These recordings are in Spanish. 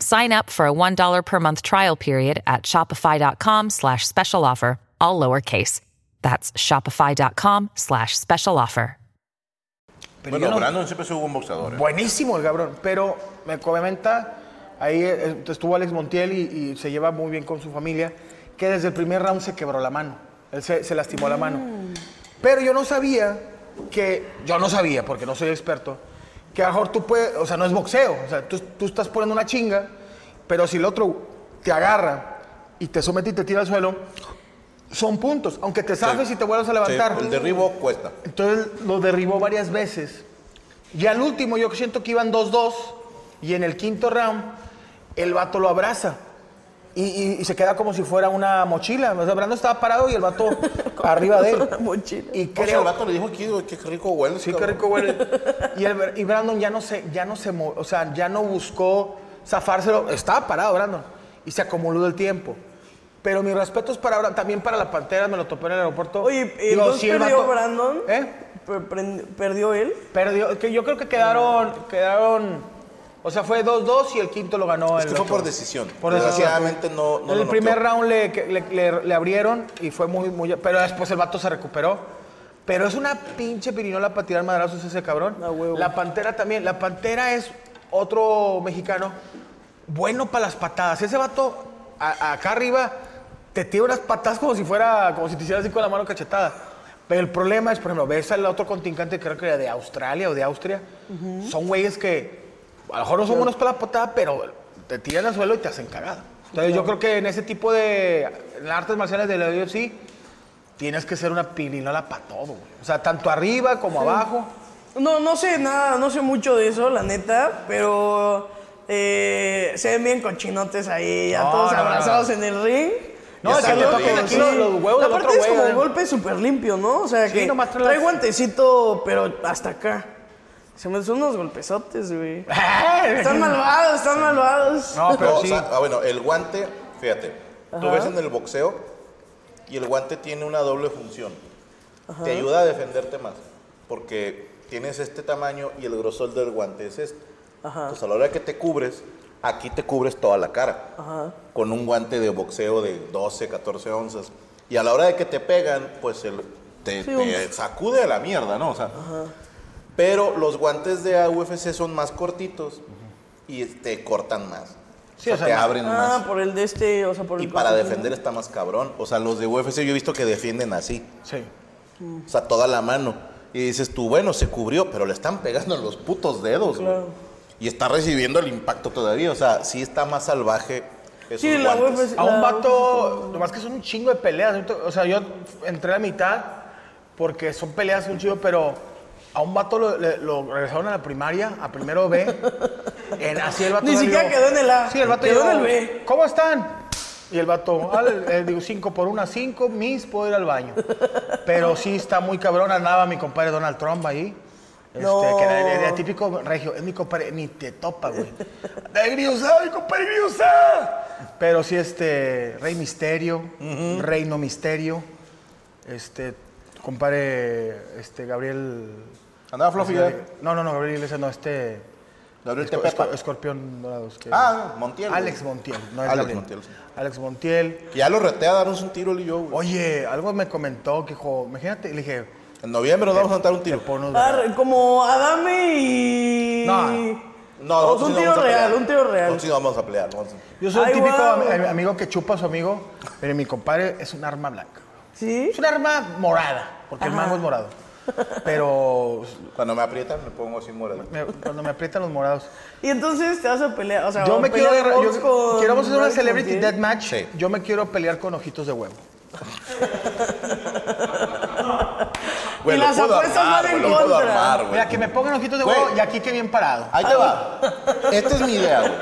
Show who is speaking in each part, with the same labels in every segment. Speaker 1: Sign up for a $1 per month trial period at Shopify.com slash special offer, all lowercase. That's Shopify.com slash special offer.
Speaker 2: Pero
Speaker 3: bueno,
Speaker 2: yo no-
Speaker 3: Brandon siempre fue un boxeador. ¿eh?
Speaker 2: Buenísimo el cabrón, pero me comenta, ahí eh, estuvo Alex Montiel y, y se lleva muy bien con su familia, que desde el primer round se quebró la mano, él se, se lastimó la mano.
Speaker 3: Mm.
Speaker 2: Pero yo no sabía que, yo no sabía porque no soy experto, que a lo mejor tú puedes, o sea, no es boxeo, o sea, tú, tú estás poniendo una chinga, pero si el otro te agarra y te somete y te tira al suelo, son puntos, aunque te zafes y te vuelvas a levantar.
Speaker 3: Sí, el derribo cuesta.
Speaker 2: Entonces lo derribó varias veces. Y al último, yo siento que iban 2-2. Y en el quinto round, el vato lo abraza. Y, y- y se queda como si fuera una mochila. O sea, Brando estaba parado y el vato arriba de él. Y
Speaker 3: O sea,
Speaker 2: creo.
Speaker 3: el vato le dijo aquí, güey, qué rico huele.
Speaker 2: Sí, qué
Speaker 3: cabrón.
Speaker 2: rico huele. Y, el- y Brandon ya no se, ya no se mo- o sea, ya no buscó zafárselo. Estaba parado, Brandon. Y se acumuló del tiempo. Pero mis respetos para Brandon, también para la Pantera, me lo topé en el aeropuerto.
Speaker 4: Oye, ¿y
Speaker 2: Digo,
Speaker 4: entonces
Speaker 2: sí, el
Speaker 4: perdió
Speaker 2: vato-
Speaker 4: Brandon?
Speaker 2: ¿Eh?
Speaker 4: Per- prend- ¿Perdió él?
Speaker 2: Perdió, que yo creo que quedaron, quedaron, o sea, fue 2-2 y el quinto lo ganó.
Speaker 3: Es
Speaker 2: el
Speaker 3: que fue
Speaker 2: otro.
Speaker 3: por decisión.
Speaker 2: Por decisión.
Speaker 3: Desgraciadamente no, no
Speaker 2: En
Speaker 3: lo
Speaker 2: el primer
Speaker 3: noqueó.
Speaker 2: round le, que- le, le- le abrieron y fue muy, muy, pero después el vato se recuperó. Pero es una pinche pirinola para tirar madrazos ese cabrón.
Speaker 4: Ah, huevo.
Speaker 2: La Pantera también, la Pantera es otro mexicano bueno para las patadas. Ese vato a- acá arriba te tira unas patadas como si fuera, como si te hiciera así con la mano cachetada. Pero el problema es, por ejemplo, ves al otro contingente, creo que era de Australia o de Austria, son güeyes que a lo mejor no son buenos para la patada, pero te tiran al suelo y te hacen cagada. Entonces yo creo que en ese tipo de en las artes marciales de la UFC tienes que ser una pirinola para todo, güey. O sea, tanto arriba como abajo.
Speaker 4: No, no sé nada, no sé mucho de eso, la neta, pero eh, se ven bien cochinotes ahí, ya
Speaker 2: No,
Speaker 4: todos
Speaker 2: no, no,
Speaker 4: abrazados
Speaker 2: no.
Speaker 4: en el ring.
Speaker 2: No,
Speaker 4: Ya
Speaker 3: es que te
Speaker 4: sabes,
Speaker 3: toquen aquí
Speaker 4: sí.
Speaker 2: los- los huevos del
Speaker 4: Aparte
Speaker 2: otro
Speaker 4: es
Speaker 2: güey,
Speaker 4: como
Speaker 2: ¿eh?
Speaker 4: un golpe súper limpio, ¿no? O sea,
Speaker 2: Sí,
Speaker 4: que
Speaker 2: nomás trae
Speaker 4: trae
Speaker 2: las-
Speaker 4: guantecito, pero hasta acá. Se me son unos golpezotes, güey. Están malvados, están malvados.
Speaker 2: Eh. No, pero
Speaker 3: No,
Speaker 2: sí.
Speaker 3: o sea, ah, bueno, el guante, fíjate, tú ves en el boxeo y el guante tiene una doble función. Te ayuda a defenderte más, porque tienes este tamaño y el grosor del guante es este. Entonces, a la hora que te cubres, aquí te cubres toda la cara, con un guante de boxeo de 12, 14 onzas. Y a la hora de que te pegan, pues el, te,
Speaker 4: Sí,
Speaker 3: te
Speaker 4: un-
Speaker 3: sacude a la mierda, ¿no? O sea, pero los guantes de UFC son más cortitos y te cortan más.
Speaker 2: Sí,
Speaker 3: o
Speaker 2: o
Speaker 3: sea,
Speaker 2: sea,
Speaker 3: te
Speaker 2: no-
Speaker 3: abren
Speaker 4: Ah,
Speaker 3: más.
Speaker 4: por el de este, o sea, por el
Speaker 3: Y para
Speaker 4: golpe.
Speaker 3: defender está más cabrón. O sea, los de UFC yo he visto que defienden así.
Speaker 2: Sí.
Speaker 3: O sea, toda la mano. Y dices tú, bueno, se cubrió, pero le están pegando en los putos dedos. güey.
Speaker 4: Claro.
Speaker 3: Y está recibiendo el impacto todavía. O sea, sí está más salvaje esos
Speaker 4: Sí, la
Speaker 3: guantes.
Speaker 4: UFC.
Speaker 2: A un
Speaker 4: la-
Speaker 2: vato, nomás que son un chingo de peleas. O sea, yo entré a la mitad porque son peleas un chingo, pero a un vato lo, le- lo regresaron a la primaria, a primero B. En- así el vato
Speaker 4: Ni
Speaker 2: salió.
Speaker 4: siquiera quedó en el A,
Speaker 2: Sí, el vato
Speaker 4: quedó
Speaker 2: llegó,
Speaker 4: en el B.
Speaker 2: ¿Cómo están? Y el vato, "Ah, le- le digo, cinco por una, cinco, mis, puedo ir al baño. Pero sí está muy cabrón, andaba mi compadre Donald Trump ahí. Este,
Speaker 4: No.
Speaker 2: que era, era típico regio, es mi compadre, ni te topa, güey. ¡De Griusá, mi compadre Griusá! Pero sí, este, Rey Misterio, Reino Misterio, este, compadre, este, Gabriel
Speaker 3: Andaba Fluffy. ¿eh? ¿verdad?
Speaker 2: No, no, no, Gabriel Iglesias, no, este.
Speaker 3: Gabriel
Speaker 2: Esco-
Speaker 3: Tepepa.
Speaker 2: Esco- Escorpión Dorados. que-
Speaker 3: Ah, Montiel, güey.
Speaker 2: Alex Montiel, no es
Speaker 3: Alex
Speaker 2: Gabriel.
Speaker 3: Montiel, sí.
Speaker 2: Alex Montiel.
Speaker 3: Ya lo reté a darnos un tiro él y yo, güey.
Speaker 2: Oye, algo me comentó que dijo, imagínate, le dije, "Oh,
Speaker 3: En noviembre nos vamos a dar un tiro.
Speaker 2: te pones.
Speaker 4: Arre, como Adame y.
Speaker 2: No.
Speaker 4: No, es un
Speaker 3: sí nos
Speaker 4: tiro
Speaker 3: vamos a
Speaker 4: real,
Speaker 3: pelear.
Speaker 4: un tiro real.
Speaker 3: No, sí, nos vamos a pelear. vamos a-
Speaker 2: Ah, Yo soy el
Speaker 4: Ay,
Speaker 2: típico
Speaker 4: guau.
Speaker 2: am- am- amigo que chupa a su amigo, pero mi compadre es un arma blanca.
Speaker 4: ¿Sí?
Speaker 2: Es un arma morada, porque el mango es morado. Pero
Speaker 3: Cuando me aprietan, me pongo así morado.
Speaker 2: me- cuando me aprietan los morados.
Speaker 4: Y entonces te vas a pelear. O sea,
Speaker 2: Yo me quiero
Speaker 4: pelear
Speaker 2: agarrar- yo-
Speaker 4: box con
Speaker 2: quiero hacer una
Speaker 4: Alex
Speaker 2: celebrity
Speaker 4: Montiel.
Speaker 2: death match.
Speaker 3: Sí.
Speaker 2: Yo me quiero pelear con ojitos de huevo.
Speaker 3: Güey, lo
Speaker 4: las
Speaker 3: puedo
Speaker 4: apuestas
Speaker 3: armar,
Speaker 4: van en
Speaker 3: güey, lo puedo
Speaker 4: contra.
Speaker 3: armar, güey.
Speaker 2: Mira, que me pongan ojitos de
Speaker 3: Güey.
Speaker 2: huevo y aquí que bien parado.
Speaker 3: Ahí te va. Esta es mi idea, güey.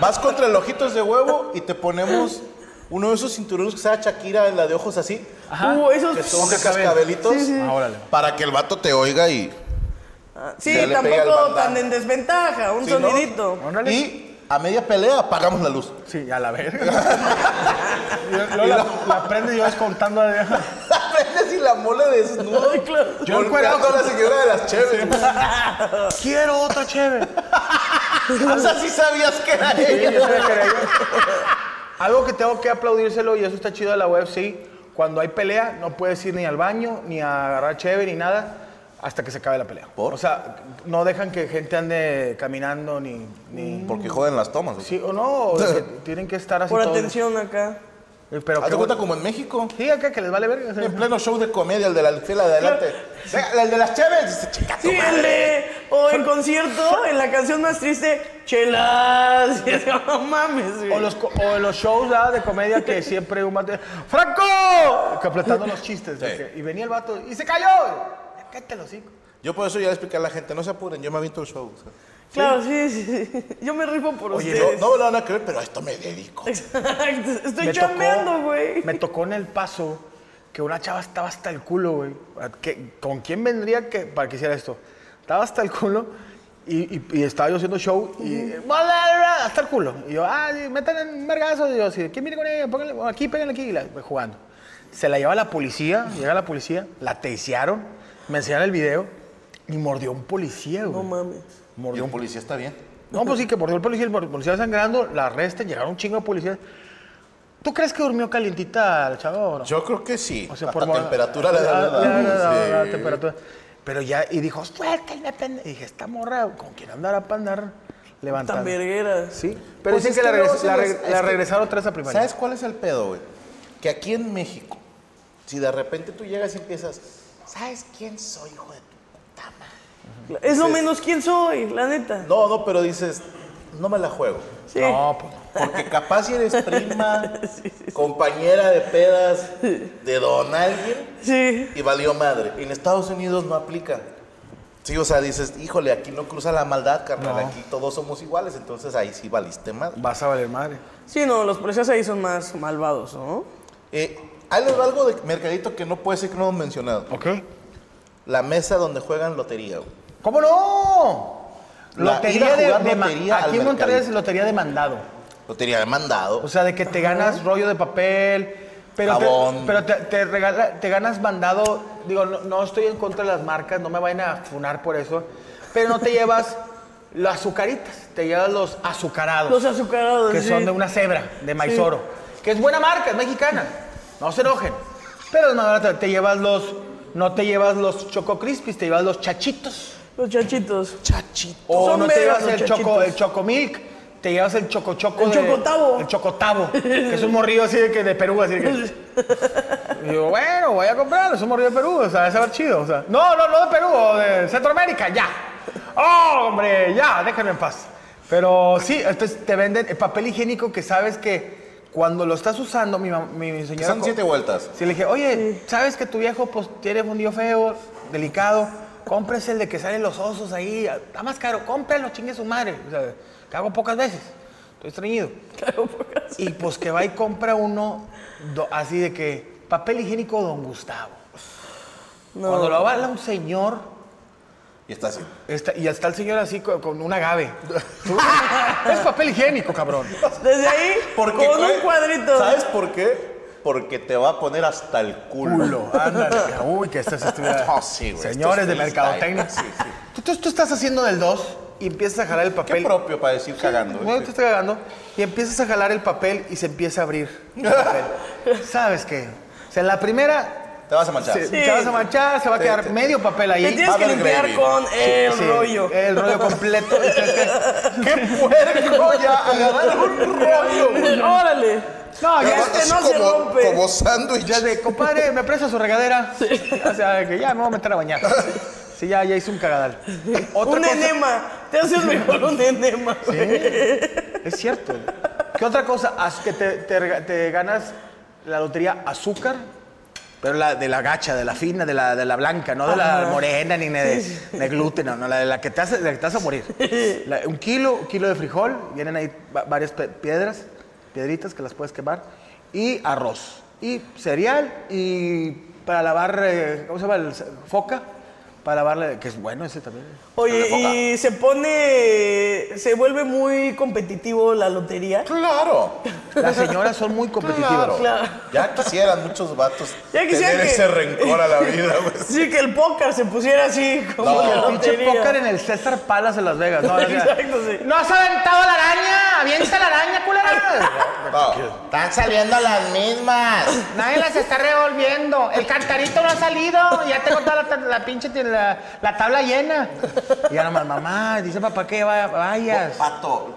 Speaker 3: Vas contra el ojitos de huevo y te ponemos uno de esos cinturones que sea Shakira, en la de ojos así,
Speaker 4: Uh, esos.
Speaker 3: que son de
Speaker 2: Cascabel.
Speaker 3: cascabelitos,
Speaker 4: Sí, sí.
Speaker 2: Ah, órale.
Speaker 3: para que el vato te oiga y...
Speaker 4: Sí,
Speaker 3: Ya le pega al
Speaker 4: tampoco
Speaker 3: Van Damme.
Speaker 4: tan en desventaja. Un
Speaker 3: Sí, ¿no?
Speaker 4: sonidito.
Speaker 2: Órale.
Speaker 3: Y a media pelea apagamos la luz.
Speaker 2: Sí, a la verga. Yo- yo la, la prendo y yo descontando. a-
Speaker 3: La prendes y la mole desnudo.
Speaker 4: Ay, claro.
Speaker 2: Yo
Speaker 3: Golpeando a la señora de las cheves.
Speaker 2: Quiero otra chévere.
Speaker 3: O sea, sí sabías que era
Speaker 2: Sí, yo
Speaker 3: ella.
Speaker 2: sabía que era ella. Algo que tengo que aplaudírselo, y eso está chido de la web, sí. Cuando hay pelea, no puedes ir ni al baño, ni a agarrar chévere, ni nada, hasta que se acabe la pelea.
Speaker 3: ¿Por?
Speaker 2: O sea, no dejan que gente ande caminando ni. ni
Speaker 3: Porque joden las tomas. güey.
Speaker 2: sí o no, o sea, que tienen que estar así.
Speaker 4: Por
Speaker 2: todos.
Speaker 4: atención acá.
Speaker 2: Eh, Pero
Speaker 3: Haz
Speaker 2: qué
Speaker 3: de cuenta
Speaker 2: bueno.
Speaker 3: como en México.
Speaker 2: Sí, acá que les vale verga. o sea,
Speaker 3: En pleno show de comedia, el de la fila de adelante. Venga, El de las cheves. Dice, chica, tu
Speaker 4: Sí, el de. O en concierto, en la canción más triste, chelas. Y así, no mames, güey.
Speaker 2: O los, co- o los shows ¿verdad? de comedia que siempre un vato. ¡Franco! Completando los chistes. de
Speaker 3: Sí.
Speaker 2: que- y venía el vato y se cayó. Cállate los cinco.
Speaker 3: Yo por eso ya le expliqué a la gente, no se apuren, yo me aviento el show. o sea.
Speaker 4: Claro, sí, sí, sí. Yo me rifo por
Speaker 3: Oye, no,
Speaker 4: ustedes.
Speaker 3: no me lo van a creer, pero a esto me dedico.
Speaker 4: Exacto. Estoy
Speaker 2: Me tocó-
Speaker 4: chambeando, güey.
Speaker 2: Me tocó en el paso que una chava estaba hasta el culo, güey. ¿Qué- ¿Con quién vendría que, para que hiciera esto? Estaba hasta el culo y, y- y estaba yo haciendo show y. "Mola", Hasta el culo. Y yo, ah, sí, metan en vergazos. Y yo, así, ¿quién viene con ella? Pónganle aquí, péganle aquí. Y la, pues, jugando. Se la lleva la policía, llega la policía, la teisearon, me enseñaron el video y mordió un policía, güey.
Speaker 4: No mames.
Speaker 3: Y
Speaker 2: Mordió
Speaker 3: un
Speaker 2: un
Speaker 3: policía está bien.
Speaker 2: no, pues sí, que mordió el policía, el policía sangrando, la arrestan, llegaron un chingo de policías. ¿Tú crees que durmió calientita el chavo o no?
Speaker 3: Yo creo que sí.
Speaker 2: O sea,
Speaker 3: Hasta
Speaker 2: por moda-
Speaker 3: temperatura le
Speaker 2: Ah,
Speaker 3: da
Speaker 2: le da- le da- le da
Speaker 3: Sí.
Speaker 2: temperatura. Pero ya, y dijo, suéltame, pendejo. Y dije, esta morra, ¿con quién andará para andar levantando?
Speaker 4: Tan vergueras.
Speaker 2: Sí, pero
Speaker 3: Pues
Speaker 2: dicen
Speaker 3: es
Speaker 2: que, la,
Speaker 3: luego
Speaker 2: regres-
Speaker 3: se
Speaker 2: la
Speaker 3: les-
Speaker 2: reg-
Speaker 3: es
Speaker 2: la
Speaker 3: que-
Speaker 2: regresaron tres a primaria.
Speaker 3: ¿Sabes cuál es el pedo, güey? Que aquí en México, si de repente tú llegas y empiezas, ¿sabes quién soy, hijo de tu puta madre?
Speaker 4: Es lo menos quién soy, la neta.
Speaker 3: No, no, pero dices, no me la juego.
Speaker 4: Sí.
Speaker 2: No, pues no.
Speaker 3: Porque capaz si eres prima, compañera de pedas, de don alguien,
Speaker 4: Sí.
Speaker 3: y valió madre. En Estados Unidos no aplica. Sí, o sea, dices, híjole, aquí no cruza la maldad, carnal, aquí todos somos iguales, entonces ahí sí valiste madre.
Speaker 2: Vas a valer madre.
Speaker 4: Sí, no, los precios ahí son más malvados, ¿no?
Speaker 3: Eh, ahí les va algo de mercadito que no puede ser que no hemos mencionado.
Speaker 2: ¿Ok?
Speaker 3: La mesa donde juegan lotería, güey.
Speaker 2: ¿Cómo no?
Speaker 3: La- ir
Speaker 2: Lotería
Speaker 3: a
Speaker 2: de,
Speaker 3: jugar
Speaker 2: de ma-
Speaker 3: lotería al
Speaker 2: Aquí en Monterrey es
Speaker 3: mercadito.
Speaker 2: lotería demandado.
Speaker 3: Lotería demandado.
Speaker 2: O sea, de que te ganas rollo de papel, pero, te,
Speaker 3: Jabón.
Speaker 2: pero te, te regala- te ganas bandado. Digo, no, no estoy en contra de las marcas, no me vayan a funar por eso, pero no te llevas las azucaritas, te llevas los azucarados.
Speaker 4: Los azucarados.
Speaker 2: Que
Speaker 4: sí.
Speaker 2: son de una cebra, de maizoro, que es buena marca, es mexicana, no se enojen. Pero es más barata, te llevas los, no te llevas los choco crispies, te llevas los chachitos.
Speaker 4: Los chachitos. Chachitos.
Speaker 2: O
Speaker 4: son
Speaker 2: Oh, no te
Speaker 4: vergas
Speaker 2: llevas el
Speaker 4: los
Speaker 2: choco,
Speaker 4: chachitos.
Speaker 2: el choco milk, te llevas el choco choco.
Speaker 4: El
Speaker 2: de-
Speaker 4: chocotavo.
Speaker 2: El chocotavo, que es un morrillo así de, que de Perú, así de que. Y yo, bueno, voy a comprarlo, es un morrillo de Perú, o sea, debe saber chido, o sea. No, no, no de Perú, o de Centroamérica, ya. ¡Oh, hombre, ya, déjenme en paz. Pero sí, entonces te venden el papel higiénico que sabes que cuando lo estás usando, mi, mam- mi, mi
Speaker 3: Que
Speaker 2: señora.
Speaker 3: son
Speaker 2: co-
Speaker 3: siete vueltas.
Speaker 2: Sí, le dije, oye, ¿sabes que tu viejo pues tiene fundido feo, delicado? Cómprese el de que salen los osos ahí, ah, está más caro, cómpralo, chingue su madre. O sea, que hago pocas veces, estoy estreñido. Y pues que va y compra uno do- así de que, papel higiénico Don Gustavo. Cuando lo avala un señor,
Speaker 3: Y está así.
Speaker 2: está- y está el señor así co- con, un agave. es papel higiénico, cabrón.
Speaker 4: Desde ahí,
Speaker 3: Porque,
Speaker 4: con
Speaker 3: güey,
Speaker 4: un cuadrito.
Speaker 3: ¿Sabes por qué? porque te va a poner hasta el culo.
Speaker 2: Culo, ándale. Uy, que estás estuviera.
Speaker 3: Oh, sí, güey,
Speaker 2: Señores
Speaker 3: esto
Speaker 2: de
Speaker 3: es
Speaker 2: mercadotecnia.
Speaker 3: freestyle. Sí, sí.
Speaker 2: Tú, tú- tú estás haciendo del 2 y empiezas a jalar el
Speaker 3: Qué
Speaker 2: papel.
Speaker 3: propio para decir cagando.
Speaker 2: Bueno,
Speaker 3: güey.
Speaker 2: te está cagando. Y empiezas a jalar el papel y se empieza a abrir. el papel. ¿Sabes qué? O sea, en la primera
Speaker 3: Te vas a manchar.
Speaker 2: se- te vas a manchar, se va a
Speaker 3: Sí,
Speaker 2: quedar
Speaker 3: sí.
Speaker 2: medio papel ahí.
Speaker 4: Te tienes
Speaker 3: va a
Speaker 4: que
Speaker 3: haber
Speaker 4: limpiar
Speaker 3: gravy.
Speaker 4: con el
Speaker 2: Sí,
Speaker 4: rollo.
Speaker 2: El rollo completo. Y tienes que- ¡Qué puerco!
Speaker 3: No, ya, agarrar un rollo.
Speaker 4: Órale.
Speaker 2: No, ya
Speaker 4: Pero
Speaker 2: este
Speaker 4: no se rompe.
Speaker 3: Como sándwich.
Speaker 2: Ya de, compadre, me presta su regadera. O sea, que ya me voy a meter a bañar. Sí, ya, ya hice un cagadal. Otra
Speaker 4: un
Speaker 2: cosa-
Speaker 4: enema. Te haces mejor un enema, güey.
Speaker 2: Es cierto. ¿Qué otra cosa? Haz Que te, te rega- te ganas la lotería azúcar, pero la de la gacha, de la fina, de la, de la blanca, no de la morena ni de, de gluten, no, no, la de la que te hace, la que te hace morir. La- un kilo, un kilo de frijol, vienen ahí va- varias pe- piedras, piedritas que las puedes quemar, y arroz, y cereal, y para lavar, eh, ¿cómo se llama? El, foca, para lavarle, que es bueno ese también.
Speaker 4: Oye, y se pone. Se vuelve muy competitivo la lotería.
Speaker 3: Claro.
Speaker 2: Las señoras son muy competitivas.
Speaker 3: Claro.
Speaker 4: Claro.
Speaker 3: Ya quisieran muchos vatos
Speaker 4: Ya quisieran
Speaker 3: tener
Speaker 4: que-
Speaker 3: ese rencor a la vida, güey.
Speaker 4: Sí, que el póker se pusiera así, como
Speaker 3: No.
Speaker 4: la
Speaker 2: El pinche
Speaker 4: lotería.
Speaker 2: póker en el César Palas en Las Vegas. No,
Speaker 4: Exacto, sí.
Speaker 2: No has aventado la araña. Avienta la araña, culera.
Speaker 3: No, Están saliendo las mismas.
Speaker 2: Nadie las está revolviendo. El cantarito no ha salido. Ya tengo toda la, ta- la pinche ti- la, la tabla llena. Y ya nomás, mamá, dice papá que vaya- vayas.
Speaker 3: Pato.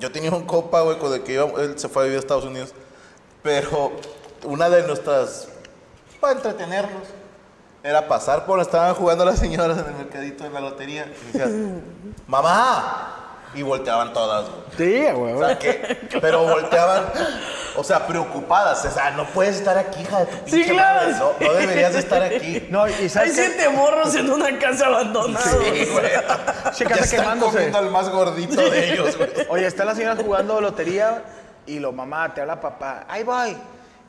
Speaker 3: Yo tenía un copa, güey, con el que iba, él se fue a vivir a Estados Unidos. Pero una de nuestras. para entretenernos. Era pasar por donde estaban jugando las señoras en el mercadito de la lotería. Y decían, ¡Mamá! Y volteaban todas, güey.
Speaker 2: Sí, güey.
Speaker 3: O sea, que- pero volteaban, o sea, preocupadas. O sea, no puedes estar aquí, hija de tu
Speaker 4: Sí,
Speaker 3: pinche
Speaker 4: claro.
Speaker 3: madre, No, no deberías de estar aquí.
Speaker 2: No, y
Speaker 4: Hay
Speaker 2: sabes qué?
Speaker 4: siete morros en una casa abandonada.
Speaker 3: Sí, güey.
Speaker 2: Sí, que está
Speaker 3: ya están
Speaker 2: quemándose.
Speaker 3: comiendo al más gordito de ellos, güey.
Speaker 2: Oye, está la señora jugando lotería y lo mamá te habla papá, ahí voy.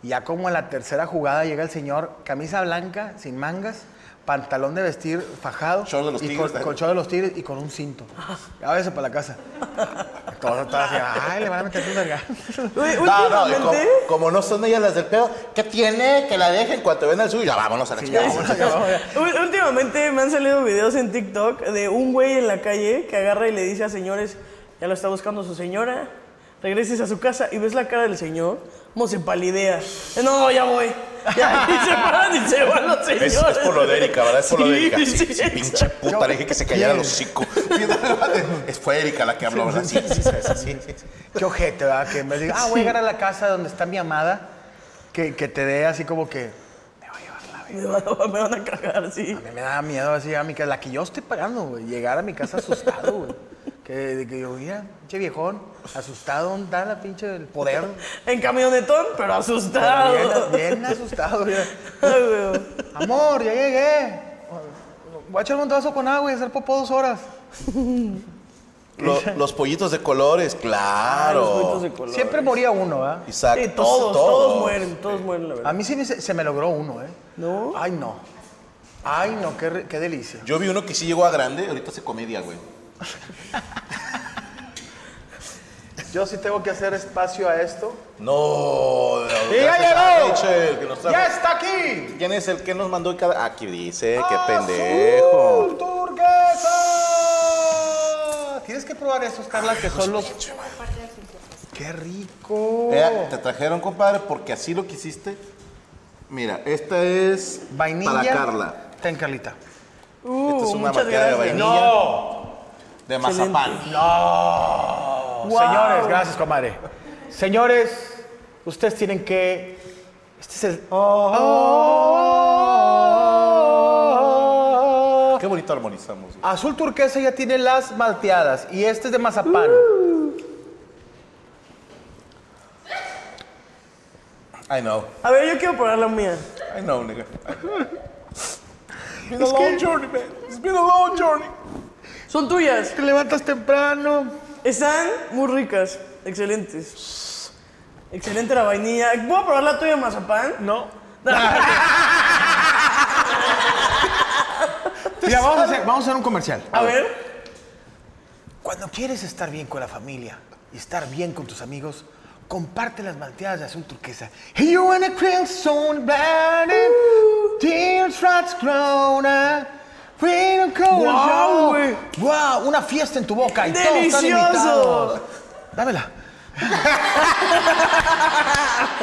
Speaker 2: Y ya como en la tercera jugada llega el señor, camisa blanca, sin mangas, pantalón de vestir fajado.
Speaker 3: Short de los
Speaker 2: y
Speaker 3: Tigres ¿eh?
Speaker 2: Con,
Speaker 3: también.
Speaker 2: con short de los tigres y con un cinto. Ya váyase para la casa. Todos todas así, ay, le van a meter tu verga.
Speaker 4: Güey,
Speaker 3: No, no, como,
Speaker 4: últimamente,
Speaker 3: como no son ellas las del pedo, ¿qué tiene? Que la dejen cuando ven el suyo. Ya vámonos a la chingada.
Speaker 4: ú- últimamente me han salido videos en TikTok de un güey en la calle que agarra y le dice a señores, ya lo está buscando su señora, regreses a su casa y ves la cara del señor, como se palidea. Eh, No, ya voy. Ya, y se paran y se van los
Speaker 3: Es, es
Speaker 4: señores.
Speaker 3: por lo de Erika, ¿verdad? Es por lo de
Speaker 4: Sí,
Speaker 3: Erika. Sí,
Speaker 4: sí,
Speaker 3: sí, pinche
Speaker 4: exacto.
Speaker 3: puta, le dije que se callara los hocico. Sí, es- Fue Erika la que habló, ¿verdad? Sí, sí, sí, sí, sí, sí.
Speaker 2: Qué ojete, ¿verdad? Que en vez de ah, voy a llegar a la casa donde está mi amada, que, que te dé así como que,
Speaker 4: Me van a- me van a cagar, sí.
Speaker 2: A mí me daba miedo así a mi casa, la que yo estoy pagando, güey. Llegar a mi casa asustado, güey. Que, de que yo, mira, pinche viejón, asustado, ¿dónde está la pinche el poder?
Speaker 4: En camionetón, pero asustado.
Speaker 2: Bien, bien asustado, mira.
Speaker 4: Ay, güey.
Speaker 2: Amor, ya llegué. Voy a echarme un vaso con agua y hacer popó dos horas.
Speaker 3: Lo- los pollitos de colores, claro.
Speaker 4: Los cuentos de color.
Speaker 2: Siempre moría uno, ¿ah?
Speaker 3: Exacto.
Speaker 4: Sí, todos, todos mueren, todos mueren, la
Speaker 2: A
Speaker 4: verdad.
Speaker 2: mí sí me- se me logró uno, ¿eh?
Speaker 4: ¿No?
Speaker 2: Ay, no. Ay, no, qué, re- qué delicia.
Speaker 3: Yo vi uno que sí llegó a grande, ahorita se comedia, güey.
Speaker 2: Yo sí tengo que hacer espacio a esto.
Speaker 3: No.
Speaker 2: ¡Y ya
Speaker 3: gracias a
Speaker 2: llegó!
Speaker 3: Rachel, que nos trajo.
Speaker 2: ¡Ya está aquí!
Speaker 3: ¿Quién es el que nos mandó cada.? Aquí dice, qué pendejo.
Speaker 2: Ah, ¡Azul turquesa! Tienes que probar esos, Carla, que son los. ¡Qué rico!
Speaker 3: Eh, te trajeron, compadre, porque así lo quisiste. Mira, esta es
Speaker 2: Vainilla.
Speaker 3: para Carla.
Speaker 2: Ten, Carlita.
Speaker 3: esta es
Speaker 4: Uh,
Speaker 3: una
Speaker 4: muchas
Speaker 3: maquera de
Speaker 4: gracias.
Speaker 3: vainilla. De mazapán.
Speaker 2: ¡No! Señores, gracias, comadre. Señores, ustedes tienen que. Este es el. Oh.
Speaker 3: Qué bonito armonizamos. güey.
Speaker 2: Azul turquesa ya tiene las malteadas y este es de mazapán.
Speaker 3: I know.
Speaker 4: A ver, yo quiero probar la mía.
Speaker 3: I know, nigga. I know. It's been a long journey, man. It's been a long journey.
Speaker 4: Son tuyas.
Speaker 2: Te levantas temprano.
Speaker 4: Están muy ricas. Excelentes. Excelente la vainilla. ¿Puedo probar la tuya de mazapán?
Speaker 2: No. Mira, vamos a, hacer, vamos a hacer un comercial.
Speaker 4: A ver.
Speaker 2: Cuando quieres estar bien con la familia y estar bien con tus amigos, comparte las malteadas de azul turquesa. Hey, you wanna cream soon blood and tears rats grown up. Freedom cold
Speaker 4: Guau,
Speaker 2: and
Speaker 4: güey.
Speaker 2: joy. Guau, una fiesta en tu boca y todos están
Speaker 4: ¡Delicioso!
Speaker 2: invitados. Dámela.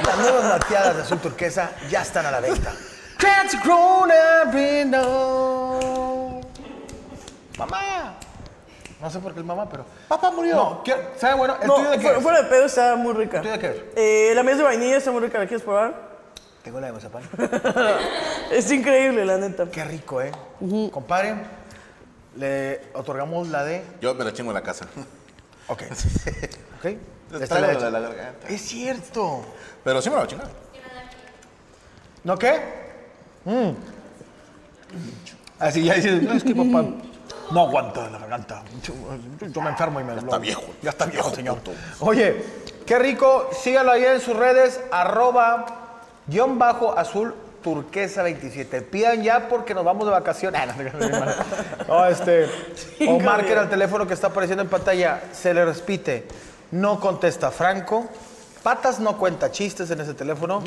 Speaker 2: Las nuevas malteadas de azul turquesa ya están a la venta. Rats grown up in the- Mamá. No sé por qué el mamá, pero. Papá murió. No, quiero- ¿sabe bueno? ¿El
Speaker 4: No,
Speaker 2: tuyo de qué?
Speaker 4: fu-
Speaker 2: es?
Speaker 4: fuera de pedo está muy rica.
Speaker 2: ¿Tuyo de qué es?
Speaker 4: Eh, la mía es de vainilla está muy rica. ¿La quieres probar?
Speaker 2: Tengo la de mazapán.
Speaker 4: Es increíble, la neta.
Speaker 2: Qué rico, ¿eh? Compadre, le otorgamos la de.
Speaker 3: Yo me la chingo en la casa.
Speaker 2: Ok. ok. Esta
Speaker 3: Está
Speaker 2: la
Speaker 3: la
Speaker 2: de-
Speaker 3: de la garganta.
Speaker 2: Es cierto.
Speaker 3: Pero sí me la voy a chingar.
Speaker 2: ¿No qué? Mm. Así ya dices, no, es que papá no aguanta la garganta. Yo me enfermo y me Ya
Speaker 3: está viejo.
Speaker 2: Ya está viejo, señor.
Speaker 3: Puto.
Speaker 2: Oye, qué rico. Sígalo ahí en sus redes, arroba guión bajo azul turquesa 27. Pidan ya porque nos vamos de vacaciones. Ah, no, No, este. O marquen al teléfono que está apareciendo en pantalla. Se le repite. No contesta Franco. Patas no cuenta chistes en ese teléfono.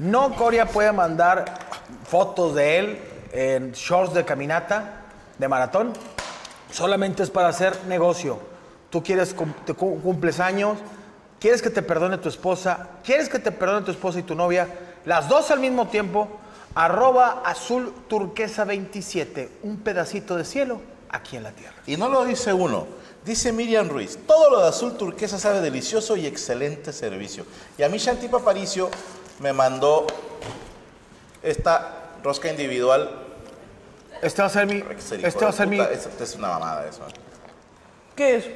Speaker 2: No Coria puede mandar fotos de él en shorts de caminata, de maratón. Solamente es para hacer negocio tú quieres, cum- te cu- cumples años, quieres que te perdone tu esposa, quieres que te perdone tu esposa y tu novia, las dos al mismo tiempo, arroba azul turquesa 27, un pedacito de cielo aquí en la tierra.
Speaker 3: Y no lo dice uno. Dice Miriam Ruiz, todo lo de azul turquesa sabe delicioso y excelente servicio. Y a mí Shanti Paparicio me mandó esta rosca individual.
Speaker 2: Este va a ser mi...
Speaker 3: Excelente,
Speaker 2: Este va a ser mi...
Speaker 3: puta, Es, es una mamada eso. ¿eh?
Speaker 4: ¿Qué es?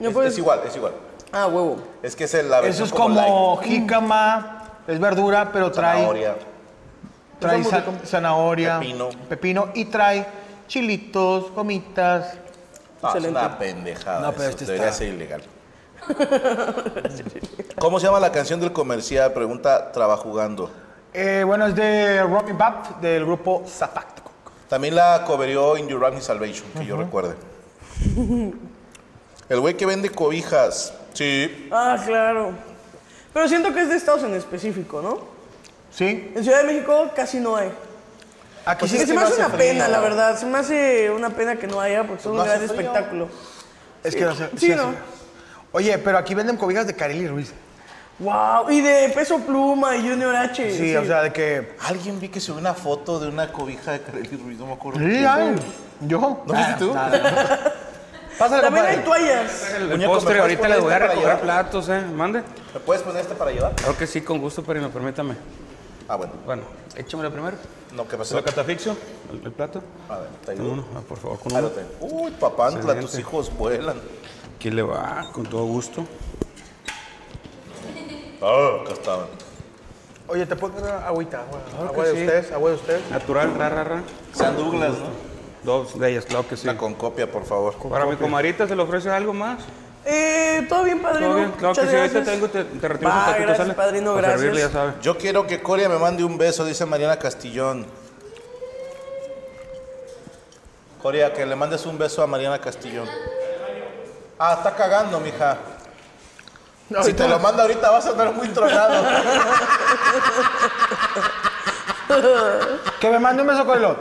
Speaker 4: ¿No
Speaker 3: Es,
Speaker 4: puedes-
Speaker 3: es igual, es igual.
Speaker 4: Ah, huevo.
Speaker 3: Es que es el- la
Speaker 2: Eso
Speaker 3: versión
Speaker 2: es como
Speaker 3: light,
Speaker 2: jícama, es verdura, pero trae,
Speaker 3: zanahoria.
Speaker 2: trae
Speaker 3: Está muy
Speaker 2: zan-
Speaker 3: rico.
Speaker 2: zanahoria,
Speaker 3: Pepino.
Speaker 2: pepino y trae chilitos, gomitas.
Speaker 3: No, es
Speaker 4: Excelente.
Speaker 3: una pendejada.
Speaker 2: No, pero
Speaker 3: eso.
Speaker 2: este
Speaker 3: Debería
Speaker 2: está-
Speaker 3: ser ilegal. ¿Cómo se llama la canción del comercial? Pregunta Trabajugando.
Speaker 2: Eh, bueno, es de Romy Bap, del grupo Zapático.
Speaker 3: También la coverió In Your Ragni Salvation, que yo recuerde. El güey que vende cobijas. Sí.
Speaker 4: Ah, claro. Pero siento que es de estados en específico, ¿no?
Speaker 2: ¿Sí?
Speaker 4: En Ciudad de México casi no hay.
Speaker 2: Aquí
Speaker 4: Pues
Speaker 2: sí
Speaker 4: que se me hace una
Speaker 2: frío.
Speaker 4: pena, la verdad. Se me hace una pena que no haya porque es un
Speaker 3: no hace
Speaker 4: gran
Speaker 3: frío.
Speaker 4: espectáculo.
Speaker 2: Es que no sé.
Speaker 4: Sí,
Speaker 2: sí,
Speaker 4: ¿no?
Speaker 2: sí. Oye, pero aquí venden cobijas de Kareli Ruiz.
Speaker 4: Wow, y de Peso Pluma y Junior H.
Speaker 2: Sí, o sea, de que.
Speaker 3: Alguien vi que subió una foto de una cobija de Kareli Ruiz, no me acuerdo.
Speaker 2: Sí, ay, yo.
Speaker 3: ¿No fuiste tú?
Speaker 2: Pásale,
Speaker 4: También
Speaker 2: compadre.
Speaker 4: hay toallas.
Speaker 3: Muñeco,
Speaker 5: El
Speaker 3: ¿me
Speaker 5: postre,
Speaker 3: puedes
Speaker 5: ahorita
Speaker 3: poner
Speaker 5: les voy a
Speaker 3: este para llevar?
Speaker 5: recoger platos, ¿eh? Mande.
Speaker 3: ¿Me puedes poner este para llevar?
Speaker 5: Claro que sí, con gusto, pero me permítame.
Speaker 3: Ah, bueno.
Speaker 5: Bueno, échamelo primero.
Speaker 3: No, ¿qué pasó?
Speaker 5: ¿Lo catafixio? ¿El, el plato?
Speaker 3: A ver, te
Speaker 5: Con
Speaker 3: ayudo.
Speaker 5: uno, ah, por favor, con
Speaker 3: Ah,
Speaker 5: uno.
Speaker 3: lo tengo. Uy, papá, Antla, tus
Speaker 5: Excelente.
Speaker 3: hijos vuelan.
Speaker 5: Aquí le va, con todo gusto.
Speaker 3: Ah, acá estaban.
Speaker 2: Oye, ¿te puedo poner agüita? Agua,
Speaker 5: Claro
Speaker 2: agua
Speaker 5: que
Speaker 2: de
Speaker 5: sí.
Speaker 2: ustedes, agua de ustedes.
Speaker 5: Natural, ra, ra, ra.
Speaker 3: San Douglas, ¿no?
Speaker 5: Dos de ellas, claro que sí.
Speaker 3: Una con copia, por favor.
Speaker 5: Para mi comarita, ¿se le ofrece algo más?
Speaker 4: Eh, todo bien, padrino.
Speaker 5: Todo bien, claro que
Speaker 4: Muchas
Speaker 5: sí, ahorita
Speaker 4: gracias.
Speaker 5: tengo, te, te retiro
Speaker 4: Va,
Speaker 5: un tacito,
Speaker 4: gracias,
Speaker 5: ¿sale?
Speaker 4: padrino,
Speaker 5: Para servirle,
Speaker 4: gracias.
Speaker 5: ya sabe.
Speaker 3: Yo quiero que Coria me mande un beso, dice Mariana Castillón. Coria, que le mandes un beso a Mariana Castillón. Ah, está cagando, mija. Si te lo manda ahorita vas a andar muy tronado.
Speaker 2: Que me mande un beso con el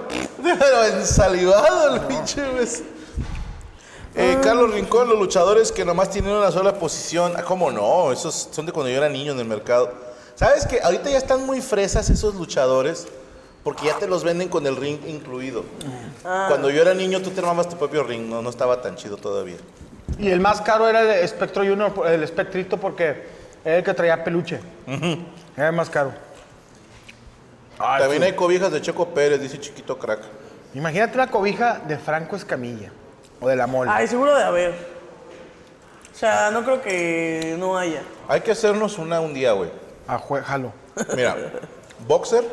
Speaker 3: Pero ensalivado el pinche beso. Eh, Carlos Rincón, los luchadores que nomás tienen una sola posición. Ah, ¿Cómo no? Esos son de cuando yo era niño en el mercado. ¿Sabes qué? Ahorita ya están muy fresas esos luchadores porque ya te los venden con el ring incluido. Cuando yo era niño tú te armabas tu propio ring, no, no estaba tan chido todavía.
Speaker 2: Y el más caro era el de Spectro Junior, el Spectrito, porque era el que traía peluche. Era el más caro.
Speaker 3: También hay cobijas de Checo Pérez, dice Chiquito Crack.
Speaker 2: Imagínate una cobija de Franco Escamilla o de la mole.
Speaker 4: Ay, seguro de haber. O sea, no creo que no haya.
Speaker 3: Hay que hacernos una un día, güey.
Speaker 2: A jue- jalo.
Speaker 3: Mira, boxer,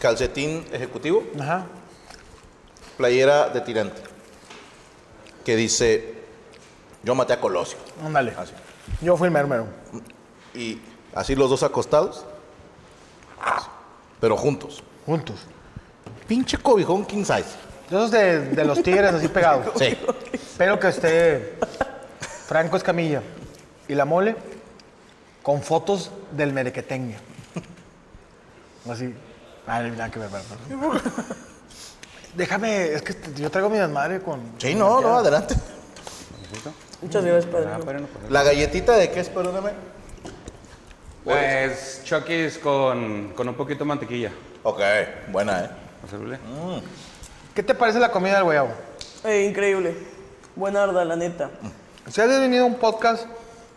Speaker 3: calcetín ejecutivo,
Speaker 2: Ajá.
Speaker 3: playera de tirante. Que dice, yo maté a Colosio.
Speaker 2: Ándale.
Speaker 3: Así.
Speaker 2: Yo fui el mermero.
Speaker 3: Y así los dos acostados, pero juntos.
Speaker 2: Juntos.
Speaker 3: Pinche cobijón king size.
Speaker 2: Esos de, de los tigres así pegados.
Speaker 3: Sí.
Speaker 2: Espero que esté Franco Escamilla y la mole con fotos del merequetengue. Así. Ay, nada que ver, pero- pero- Déjame, es que te- yo traigo mi desmadre con.
Speaker 3: Sí, no, no, adelante.
Speaker 4: Muchas gracias,
Speaker 5: Ah,
Speaker 4: padrino.
Speaker 5: bueno, pues.
Speaker 3: La galletita de qué es, perdóname.
Speaker 5: Pues Chucky's con, con un poquito de mantequilla.
Speaker 3: Ok, buena, ¿eh?
Speaker 5: Hacerle.
Speaker 2: ¿Qué te parece la comida del guayabo?
Speaker 4: Eh, increíble. Buena arda, la neta.
Speaker 2: Si has venido a un podcast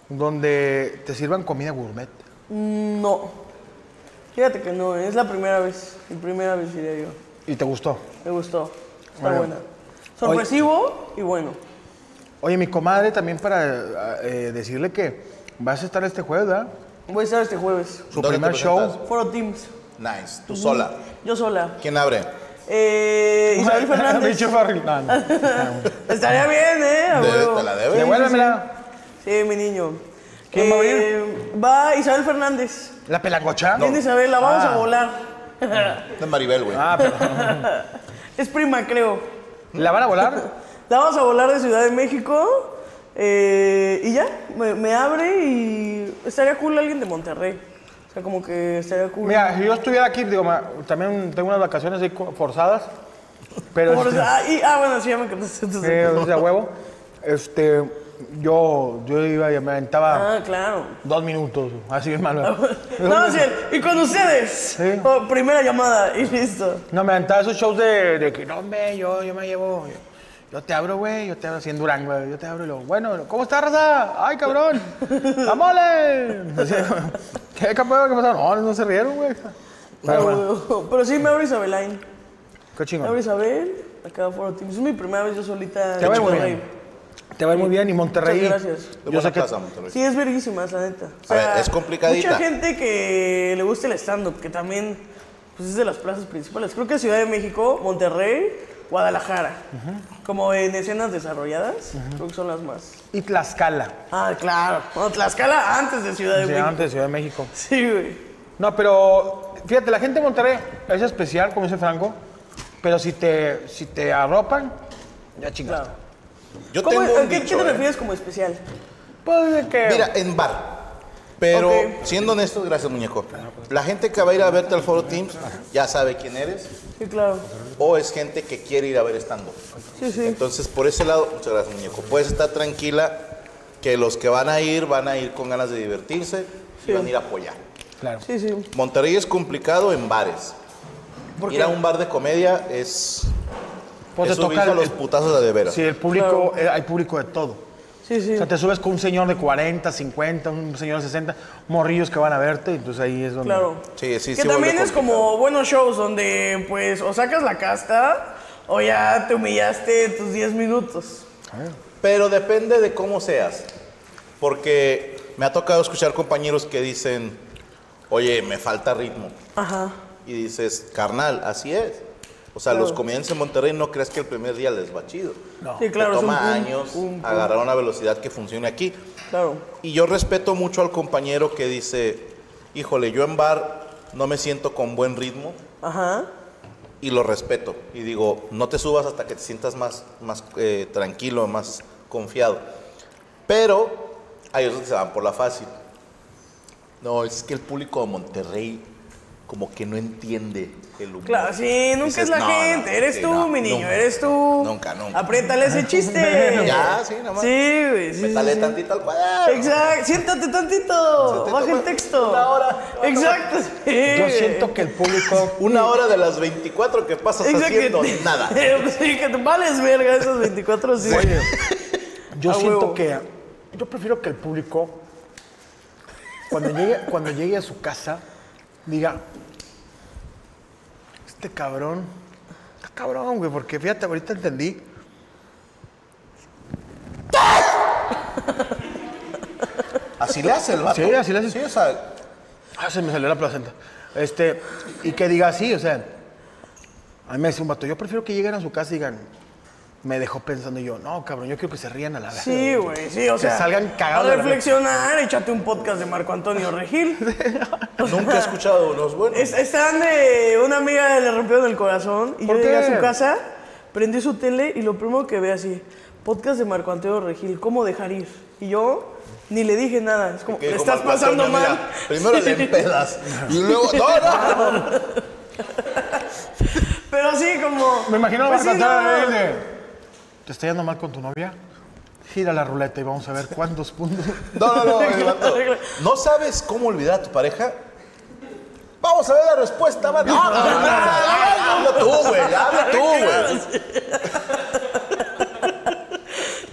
Speaker 2: donde te sirvan comida gourmet.
Speaker 4: No. Fíjate que no, es la primera vez. Mi primera vez diría yo.
Speaker 2: Y te gustó.
Speaker 4: Me gustó. Está
Speaker 2: Bueno.
Speaker 4: buena. Sorpresivo y bueno.
Speaker 2: Oye, mi comadre también para eh, eh, decirle que vas a estar este jueves, ¿verdad?
Speaker 4: Voy a estar este jueves.
Speaker 2: Su
Speaker 3: ¿Dónde te
Speaker 2: primer show.
Speaker 3: presentas?
Speaker 4: Foro Teams.
Speaker 3: Nice, tú sola.
Speaker 4: Yo sola.
Speaker 3: ¿Quién abre?
Speaker 4: Eh, Isabel Fernández.
Speaker 2: Bicho Farril. No, no.
Speaker 4: Estaría bien, ¿eh? A
Speaker 3: De-
Speaker 4: huevo.
Speaker 3: te la debe.
Speaker 2: Devuélvemela.
Speaker 4: Sí, mi niño.
Speaker 2: ¿Quién va a venir?
Speaker 4: Eh, Va Isabel Fernández.
Speaker 2: ¿La pelangocha?
Speaker 4: Viene Isabel, la vamos a volar.
Speaker 3: De Maribel, güey.
Speaker 2: Ah, pero-
Speaker 4: Es prima, creo.
Speaker 2: ¿La van a volar?
Speaker 4: La vamos a volar de Ciudad de México. eh, y ya, me, me abre y estaría cool alguien de Monterrey. O sea, como que estaría cool.
Speaker 2: Mira, si yo estuviera aquí, digo, ma- también tengo unas vacaciones ahí co- forzadas, pero
Speaker 4: Por-
Speaker 2: este,
Speaker 4: ah, y- ah, bueno, sí, ya me contaste. entonces.
Speaker 2: eh, o sea, huevo, este, yo, yo iba y me aventaba
Speaker 4: Ah, claro.
Speaker 2: dos minutos, así es malo.
Speaker 4: No, sí, y con ustedes.
Speaker 2: Sí. Ah,
Speaker 4: Oh, primera llamada y listo.
Speaker 2: No, me aventaba esos shows de, de que, no, hombre, yo, yo me llevo, yo, yo te abro, güey, yo te abro así en Durango, güey, yo te abro y luego, bueno, ¿cómo estás, raza? ¡Ay, cabrón! ¡Amole! Así, ¿Qué campeón? ¿Qué pasó? No, no se rieron, güey. Pero bueno,
Speaker 4: Pero, pero sí, me abre
Speaker 2: qué
Speaker 4: Isabelain. Me abre
Speaker 2: chingón.
Speaker 4: Isabel, acá Foro Team. Es mi primera vez yo solita.
Speaker 2: Te va a ir muy
Speaker 4: Monterrey.
Speaker 2: bien. Te va a ir muy bien y Monterrey.
Speaker 4: Muchas gracias.
Speaker 3: De
Speaker 2: Yo
Speaker 3: buena
Speaker 2: sé que
Speaker 3: plaza, Monterrey.
Speaker 4: Sí, es verguísima, la neta. O
Speaker 3: A ver, es complicadita.
Speaker 4: Mucha gente que le gusta el stand-up, que también pues, es de las plazas principales. Creo que Ciudad de México, Monterrey, Guadalajara. Como en escenas desarrolladas, creo que son las más.
Speaker 2: y Tlaxcala.
Speaker 4: Ah, claro. Bueno, Tlaxcala antes de Ciudad de
Speaker 2: Sí,
Speaker 4: México.
Speaker 2: antes de Ciudad de México.
Speaker 4: Sí, güey.
Speaker 2: No, pero fíjate, la gente de Monterrey es especial, como dice Franco, pero si te, si te arropan, ya chingaste.
Speaker 4: Claro.
Speaker 3: Yo
Speaker 4: ¿Cómo-
Speaker 3: tengo un
Speaker 4: ¿A qué,
Speaker 3: dicho,
Speaker 4: qué te
Speaker 3: ¿eh?
Speaker 4: refieres como especial?
Speaker 2: Pues de que.
Speaker 3: Mira, en bar. Pero
Speaker 4: Ok.
Speaker 3: siendo honestos, gracias muñeco. La gente que va a ir a verte al Foro Teams ya sabe quién eres
Speaker 4: Sí, claro.
Speaker 3: o es gente que quiere ir a ver estando.
Speaker 4: Sí, sí.
Speaker 3: Entonces, por ese lado, muchas gracias muñeco. Puedes estar tranquila que los que van a ir van a ir con ganas de divertirse y van a ir a apoyar.
Speaker 2: Claro.
Speaker 4: Sí, sí.
Speaker 3: Monterrey es complicado en bares.
Speaker 4: ¿Por
Speaker 3: ir
Speaker 4: qué?
Speaker 3: a un bar de comedia es,
Speaker 2: Pues
Speaker 3: es
Speaker 2: te toca.
Speaker 3: subirse a los putazos de de veras.
Speaker 2: Sí, el público, eh, hay público de todo.
Speaker 4: Sí, sí.
Speaker 2: O sea, te subes con un señor de 40, 50, un señor de 60, morrillos que van a verte, entonces ahí es donde.
Speaker 4: Claro.
Speaker 3: Sí, sí,
Speaker 4: Que
Speaker 3: sí
Speaker 4: también
Speaker 3: vuelve
Speaker 4: es como buenos shows donde, pues, o sacas la casta o ya te humillaste tus 10 minutos.
Speaker 3: Pero depende de cómo seas. Porque me ha tocado escuchar compañeros que dicen, oye, me falta ritmo.
Speaker 4: Ajá.
Speaker 3: Y dices, carnal, así es. O sea, los comediantes en Monterrey no crees que el primer día les va chido.
Speaker 2: No.
Speaker 4: Sí, claro.
Speaker 3: Te
Speaker 4: es un
Speaker 3: toma
Speaker 4: pum,
Speaker 3: años
Speaker 4: pum, pum.
Speaker 3: agarrar una velocidad que funcione aquí.
Speaker 4: Claro.
Speaker 3: Y yo respeto mucho al compañero que dice, híjole, yo en bar no me siento con buen ritmo
Speaker 4: Ajá.
Speaker 3: y lo respeto. Y digo, no te subas hasta que te sientas más, más eh, tranquilo, más confiado. Pero hay otros que se van por la fácil. No, es que el público de Monterrey como que no entiende el humor.
Speaker 4: Claro, sí, nunca
Speaker 3: Dices,
Speaker 4: es la
Speaker 3: "No, no,
Speaker 4: gente. eres
Speaker 3: sí,
Speaker 4: tú,
Speaker 3: no,
Speaker 4: mi niño,
Speaker 3: nunca,
Speaker 4: eres tú.
Speaker 3: Nunca, nunca.
Speaker 4: Apriétale ese chiste.
Speaker 3: Ya, sí, nada más.
Speaker 4: Sí, güey. Sí,
Speaker 3: Métale
Speaker 4: sí.
Speaker 3: tantito al cuaderno.
Speaker 4: Exacto. Siéntate tantito.
Speaker 3: Siéntate,
Speaker 4: Baja el
Speaker 3: toma
Speaker 4: texto.
Speaker 3: una hora.
Speaker 4: Exacto. sí.
Speaker 2: Yo siento que el público.
Speaker 3: Una hora de las 24 que pasas haciendo
Speaker 4: que te-
Speaker 3: nada.
Speaker 4: sí, que te vales verga esas 24 sí.
Speaker 2: Oye, yo
Speaker 4: A
Speaker 2: siento
Speaker 4: Ah, huevo.
Speaker 2: que. Yo prefiero que el público, cuando llegue, cuando llegue a su casa, diga: Este cabrón. Está cabrón, güey, porque fíjate, ahorita entendí.
Speaker 3: Así le hace el vato.
Speaker 2: Sí, así le hace.
Speaker 3: Sí, o sea,
Speaker 2: Ah, se me salió la placenta. Este, y que diga así, o sea. A mí me decía un vato, yo prefiero que lleguen a su casa y digan. Me dejó pensando y yo, no, cabrón, yo quiero que se rían a la vez.
Speaker 4: Sí, güey, sí, o
Speaker 2: Que
Speaker 4: sea.
Speaker 2: salgan cagados
Speaker 4: A
Speaker 2: de la
Speaker 4: reflexionar, échate un podcast de Marco Antonio Regil.
Speaker 3: Nunca he escuchado unos buenos.
Speaker 4: Es- Estaban de una amiga le rompieron el corazón y yo
Speaker 2: ¿Por
Speaker 4: llegué a
Speaker 2: qué?
Speaker 4: su casa, prendí su tele y lo primero que ve así, podcast de Marco Antonio Regil, ¿cómo dejar ir? Y yo ni le dije nada, es como,
Speaker 3: Que
Speaker 4: le
Speaker 3: dijo
Speaker 4: estás
Speaker 3: Marco
Speaker 4: pasando
Speaker 3: Antonio,
Speaker 4: mal.
Speaker 3: mira, primero
Speaker 4: Sí.
Speaker 3: le empedas y luego. ¡No, no!
Speaker 4: Pero así como...
Speaker 2: Me imagino
Speaker 4: pues
Speaker 2: la
Speaker 4: sí,
Speaker 2: cantada
Speaker 4: no.
Speaker 2: de él de, ¿Te está yendo mal con tu novia? Gira la ruleta y vamos a ver cuántos puntos.
Speaker 3: No, no, no, el vato, ¿No sabes cómo olvidar a tu pareja? Vamos a ver la respuesta, vato. No, no, no, no, no, Habla tú, güey. Habla tú, güey.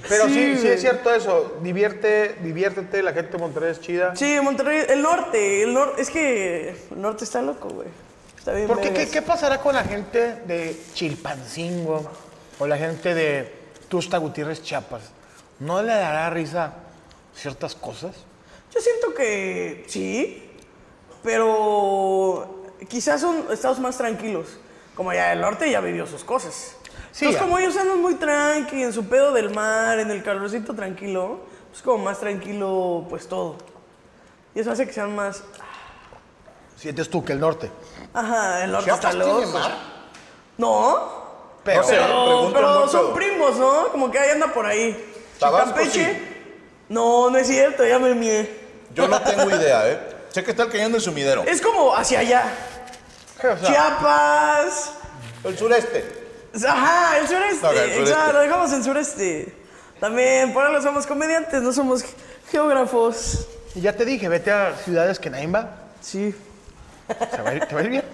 Speaker 2: Pero
Speaker 4: Sí,
Speaker 2: sí, sí,
Speaker 4: güey.
Speaker 2: es cierto eso. Divierte, diviértete, la gente de Monterrey es chida.
Speaker 4: Sí, Monterrey, el norte, el norte, es que el norte está loco, güey. Está bien.
Speaker 2: ¿Por qué,
Speaker 4: vergas.
Speaker 2: qué, qué pasará con la gente de Chilpancingo o la gente de Tusta Gutiérrez Chiapas? ¿No le dará risa ciertas cosas?
Speaker 4: Yo siento que sí, pero quizás son estados más tranquilos. Como ya el norte ya vivió sus cosas.
Speaker 2: Sí,
Speaker 4: Entonces,
Speaker 2: ya.
Speaker 4: como ellos andan muy tranqui, en su pedo del mar, en el calorcito tranquilo, pues como más tranquilo, pues todo. Y eso hace que sean más.
Speaker 2: Sientes tú que el norte.
Speaker 4: Ajá, el norte
Speaker 3: ¿Chiapas
Speaker 4: está loco.
Speaker 3: tiene mar?
Speaker 4: No,
Speaker 2: Pero,
Speaker 3: No sé.
Speaker 4: pero,
Speaker 3: pregunto,
Speaker 4: pero
Speaker 3: no
Speaker 4: son
Speaker 3: creo.
Speaker 4: primos, ¿no? Como que ahí anda por ahí.
Speaker 3: Tabasco,
Speaker 4: Campeche.
Speaker 3: sí.
Speaker 4: No, no es cierto, ya me mié.
Speaker 3: Yo no tengo idea, ¿eh? Sé que está cayendo el sumidero.
Speaker 4: Es como hacia allá.
Speaker 2: ¿qué? O sea,
Speaker 4: Chiapas.
Speaker 3: El sureste.
Speaker 4: Ajá, el sureste.
Speaker 3: Ok, el sureste.
Speaker 4: Exacto, lo dejamos en sureste. También, por ahora no somos comediantes, no somos ge- geógrafos.
Speaker 2: ya te dije, vete a ciudades que nadie va.
Speaker 4: Sí.
Speaker 2: Se va a ir- ¿Te va a ir bien?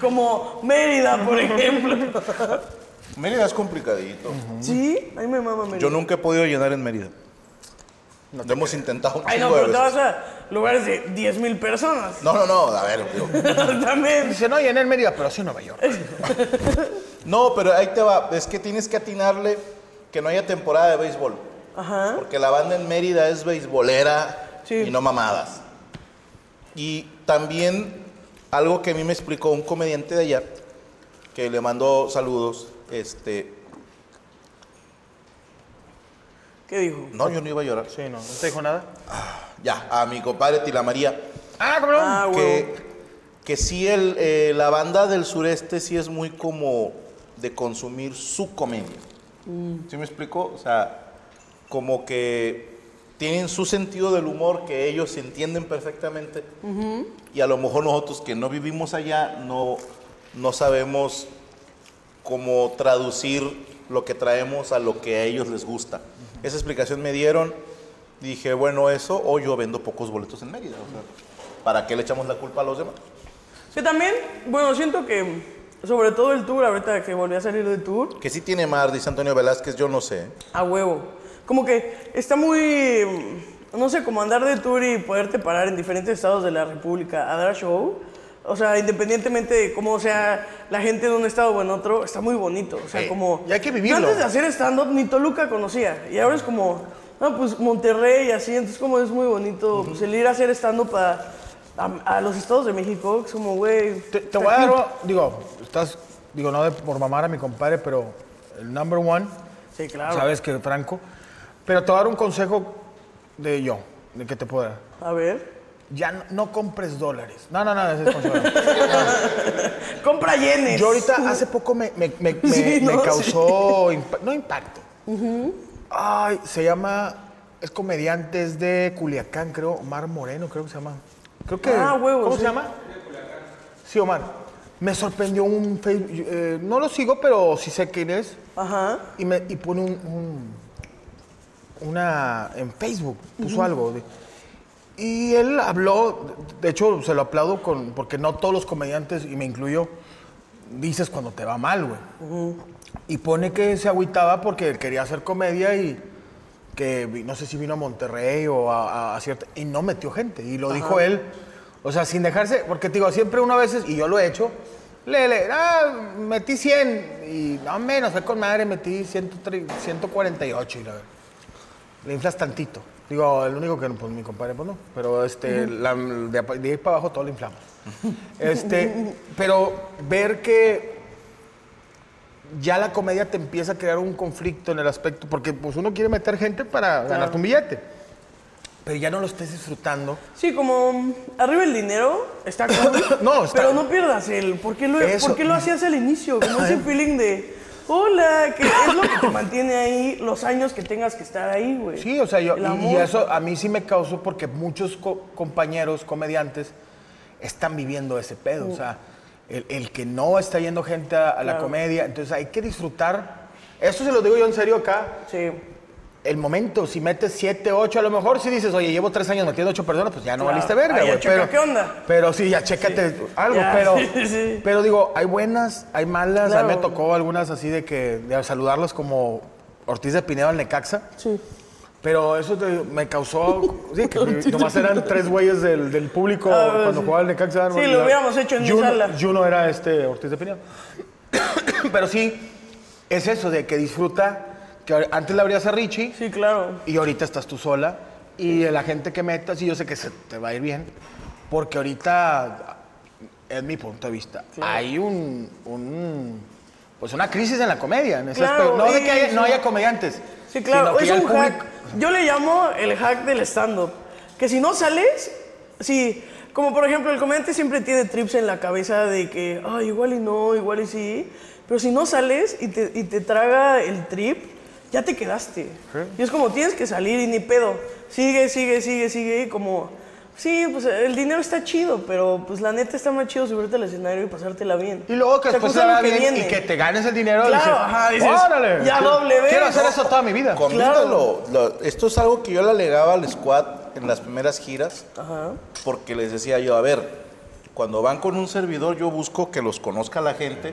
Speaker 4: Como Mérida, por ejemplo.
Speaker 3: Mérida es complicadito.
Speaker 4: sí, ahí me mama Mérida.
Speaker 3: Yo nunca he podido llenar en Mérida. Lo hemos intentado un
Speaker 4: Ay, no,
Speaker 3: chingo de
Speaker 4: pero te
Speaker 3: veces.
Speaker 4: vas a lugares de 10 mil personas.
Speaker 3: No, no, no, a ver, digo.
Speaker 4: También.
Speaker 2: Dice, no, y en Mérida, pero sí en Nueva York.
Speaker 3: No, pero ahí te va. Es que tienes que atinarle que no haya temporada de béisbol.
Speaker 4: Ajá.
Speaker 3: Porque la banda en Mérida es beisbolera
Speaker 4: Sí.
Speaker 3: y no mamadas. Y también algo que a mí me explicó un comediante de allá, que le mandó saludos, este...
Speaker 4: ¿Qué dijo?
Speaker 3: No, yo no iba a llorar.
Speaker 2: Sí, no, no te dijo nada.
Speaker 3: Ya, a mi compadre Tila María.
Speaker 2: Ah, cabrón.
Speaker 4: Ah,
Speaker 3: que,
Speaker 4: huevo.
Speaker 3: que sí, el, eh, la banda del sureste sí es muy como de consumir su comedia. ¿Sí me explico? O sea, como que tienen su sentido del humor que ellos entienden perfectamente y a lo mejor nosotros que no vivimos allá no, no sabemos cómo traducir lo que traemos a lo que a ellos les gusta. Esa explicación me dieron, dije, bueno, eso, o yo vendo pocos boletos en Mérida. o sea, ¿Para qué le echamos la culpa a los demás?
Speaker 4: Que también, bueno, siento que, sobre todo el tour, ahorita que volví a salir del tour,
Speaker 3: Que sí tiene mar, dice Antonio Velázquez, yo no sé.
Speaker 4: A huevo. Como que está muy. mm, No sé, como andar de tour y poderte parar en diferentes estados de la República a dar show. O sea, independientemente de cómo sea la gente de un estado o en otro, está muy bonito. O sea,
Speaker 2: Sí,
Speaker 4: como.
Speaker 2: Eh, y hay que
Speaker 4: yo
Speaker 2: vivirlo.
Speaker 4: Antes de hacer stand-up, ni Toluca conocía. Y ahora es como. No, pues Monterrey y así. Entonces, como es muy bonito pues, el ir a hacer stand-up a, a- a los estados de México. Es como, güey.
Speaker 2: Te, te voy a dar, o- digo, estás, digo, no de- por mamar a mi compadre, pero el number one,
Speaker 4: Sí, claro.
Speaker 2: sabes que Franco, pero te voy a dar un consejo de yo, de que te pueda.
Speaker 4: A ver.
Speaker 2: Ya no, no compres dólares. No, no, no, ese es consejo.
Speaker 4: Compra yenes.
Speaker 2: Yo ahorita, hace poco me, me- me- me-
Speaker 4: Sí,
Speaker 2: me
Speaker 4: ¿no?
Speaker 2: causó, impa- no impacto. Ay, se llama, es comediante, es de Culiacán, creo, Omar Moreno, creo que se llama. Creo que,
Speaker 4: Ah, huevo,
Speaker 2: ¿cómo
Speaker 4: sí.
Speaker 2: se llama? Sí, Omar. Me sorprendió un Facebook, eh, no lo sigo, pero sí sé quién es.
Speaker 4: Ajá.
Speaker 2: Y, me, y pone un, un- una, en Facebook, puso algo. de- y él habló, de hecho se lo aplaudo con, porque no todos los comediantes, y me incluyo, dices cuando te va mal, güey. Y pone que se agüitaba porque quería hacer comedia y que vi- no sé si vino a Monterrey o a, a- a cierta... Y no metió gente, y lo dijo él. O sea, sin dejarse, porque te digo, siempre uno a veces, y yo lo he hecho, le, le, ah, metí 100, y no menos, fue con madre, metí 130, 148, y la verdad. Le inflas tantito. Digo, el único que no, pues mi compadre, pues no. Pero este, la- de, apa- de ahí para abajo todo lo inflamos. este, pero ver que ya la comedia te empieza a crear un conflicto en el aspecto, porque pues uno quiere meter gente para ganar un billete. Pero ya no lo estés disfrutando.
Speaker 4: Sí, como mm, arriba el dinero, está cool,
Speaker 2: No, está-
Speaker 4: pero no pierdas el, ¿por qué lo,
Speaker 2: Eso.
Speaker 4: ¿por qué lo hacías al inicio? Como ese feeling de, hola, que es lo que te mantiene ahí los años que tengas que estar ahí, güey.
Speaker 2: Sí, o sea, yo,
Speaker 4: El
Speaker 2: y- y,
Speaker 4: amor.
Speaker 2: eso a mí sí me causó porque muchos co- compañeros, comediantes, están viviendo ese pedo. O sea, el, el que no está yendo gente a, a la comedia, entonces hay que disfrutar. Eso se lo digo yo en serio acá.
Speaker 4: Sí,
Speaker 2: El momento, si metes 7, 8, a lo mejor si dices, oye, llevo tres años metiendo ocho personas, pues ya no valiste verga,
Speaker 4: Ah, ya
Speaker 2: güey.
Speaker 4: checa
Speaker 2: pero,
Speaker 4: qué onda.
Speaker 2: Pero sí, ya chécate algo.
Speaker 4: Ya,
Speaker 2: pero,
Speaker 4: sí, sí.
Speaker 2: pero digo, hay buenas, hay malas. A mí me
Speaker 4: Claro.
Speaker 2: tocó algunas así de que de saludarlos como Ortiz de Pinedo al Necaxa.
Speaker 4: sí.
Speaker 2: Pero eso te- me causó. Sí, que me- nomás eran tres güeyes del, del público
Speaker 4: Ah, bueno,
Speaker 2: cuando
Speaker 4: sí.
Speaker 2: jugaba el Necaxa.
Speaker 4: Sí, lo hubiéramos hecho en mi
Speaker 2: Juno-
Speaker 4: sala.
Speaker 2: Juno era este Ortiz de Pinedo. Pero sí, es eso de que disfruta. Que antes le abrías a Richie
Speaker 4: Sí, claro.
Speaker 2: y ahorita estás tú sola. Y de la gente que metas, y yo sé que se te va a ir bien, porque ahorita, es mi punto de vista, hay un, un- pues una crisis en la comedia. En ese
Speaker 4: Claro,
Speaker 2: aspecto. No de
Speaker 4: y-
Speaker 2: que haya, no
Speaker 4: sí.
Speaker 2: haya comediantes.
Speaker 4: Sí, claro.
Speaker 2: sino que
Speaker 4: Es
Speaker 2: ya el
Speaker 4: un
Speaker 2: público-
Speaker 4: hack. Yo le llamo el hack del stand-up. Que si no sales, sí. Como por ejemplo, el comediante siempre tiene trips en la cabeza de que, ah, igual y no, igual y sí. Pero si no sales y te, y te traga el trip, ya te quedaste. Y es como tienes que salir y ni pedo. Sigue, sigue, sigue, sigue. Y como, sí, pues el dinero está chido, pero pues la neta está más chido subirte al escenario y pasártela bien.
Speaker 2: Y luego que
Speaker 4: O sea,
Speaker 2: después
Speaker 4: con
Speaker 2: se
Speaker 4: algo
Speaker 2: va bien y
Speaker 4: viene.
Speaker 2: que te ganes el dinero.
Speaker 4: Claro,
Speaker 2: dices,
Speaker 4: ajá, dices,
Speaker 2: ¡Órale!
Speaker 4: ya
Speaker 2: Quiero-
Speaker 4: doble vez,
Speaker 2: Quiero hacer
Speaker 4: ¿no?
Speaker 2: eso toda mi vida.
Speaker 3: Combínalo. Lo- esto es algo que yo le alegaba al squad en las primeras giras, porque les decía yo, a ver, cuando van con un servidor yo busco que los conozca la gente.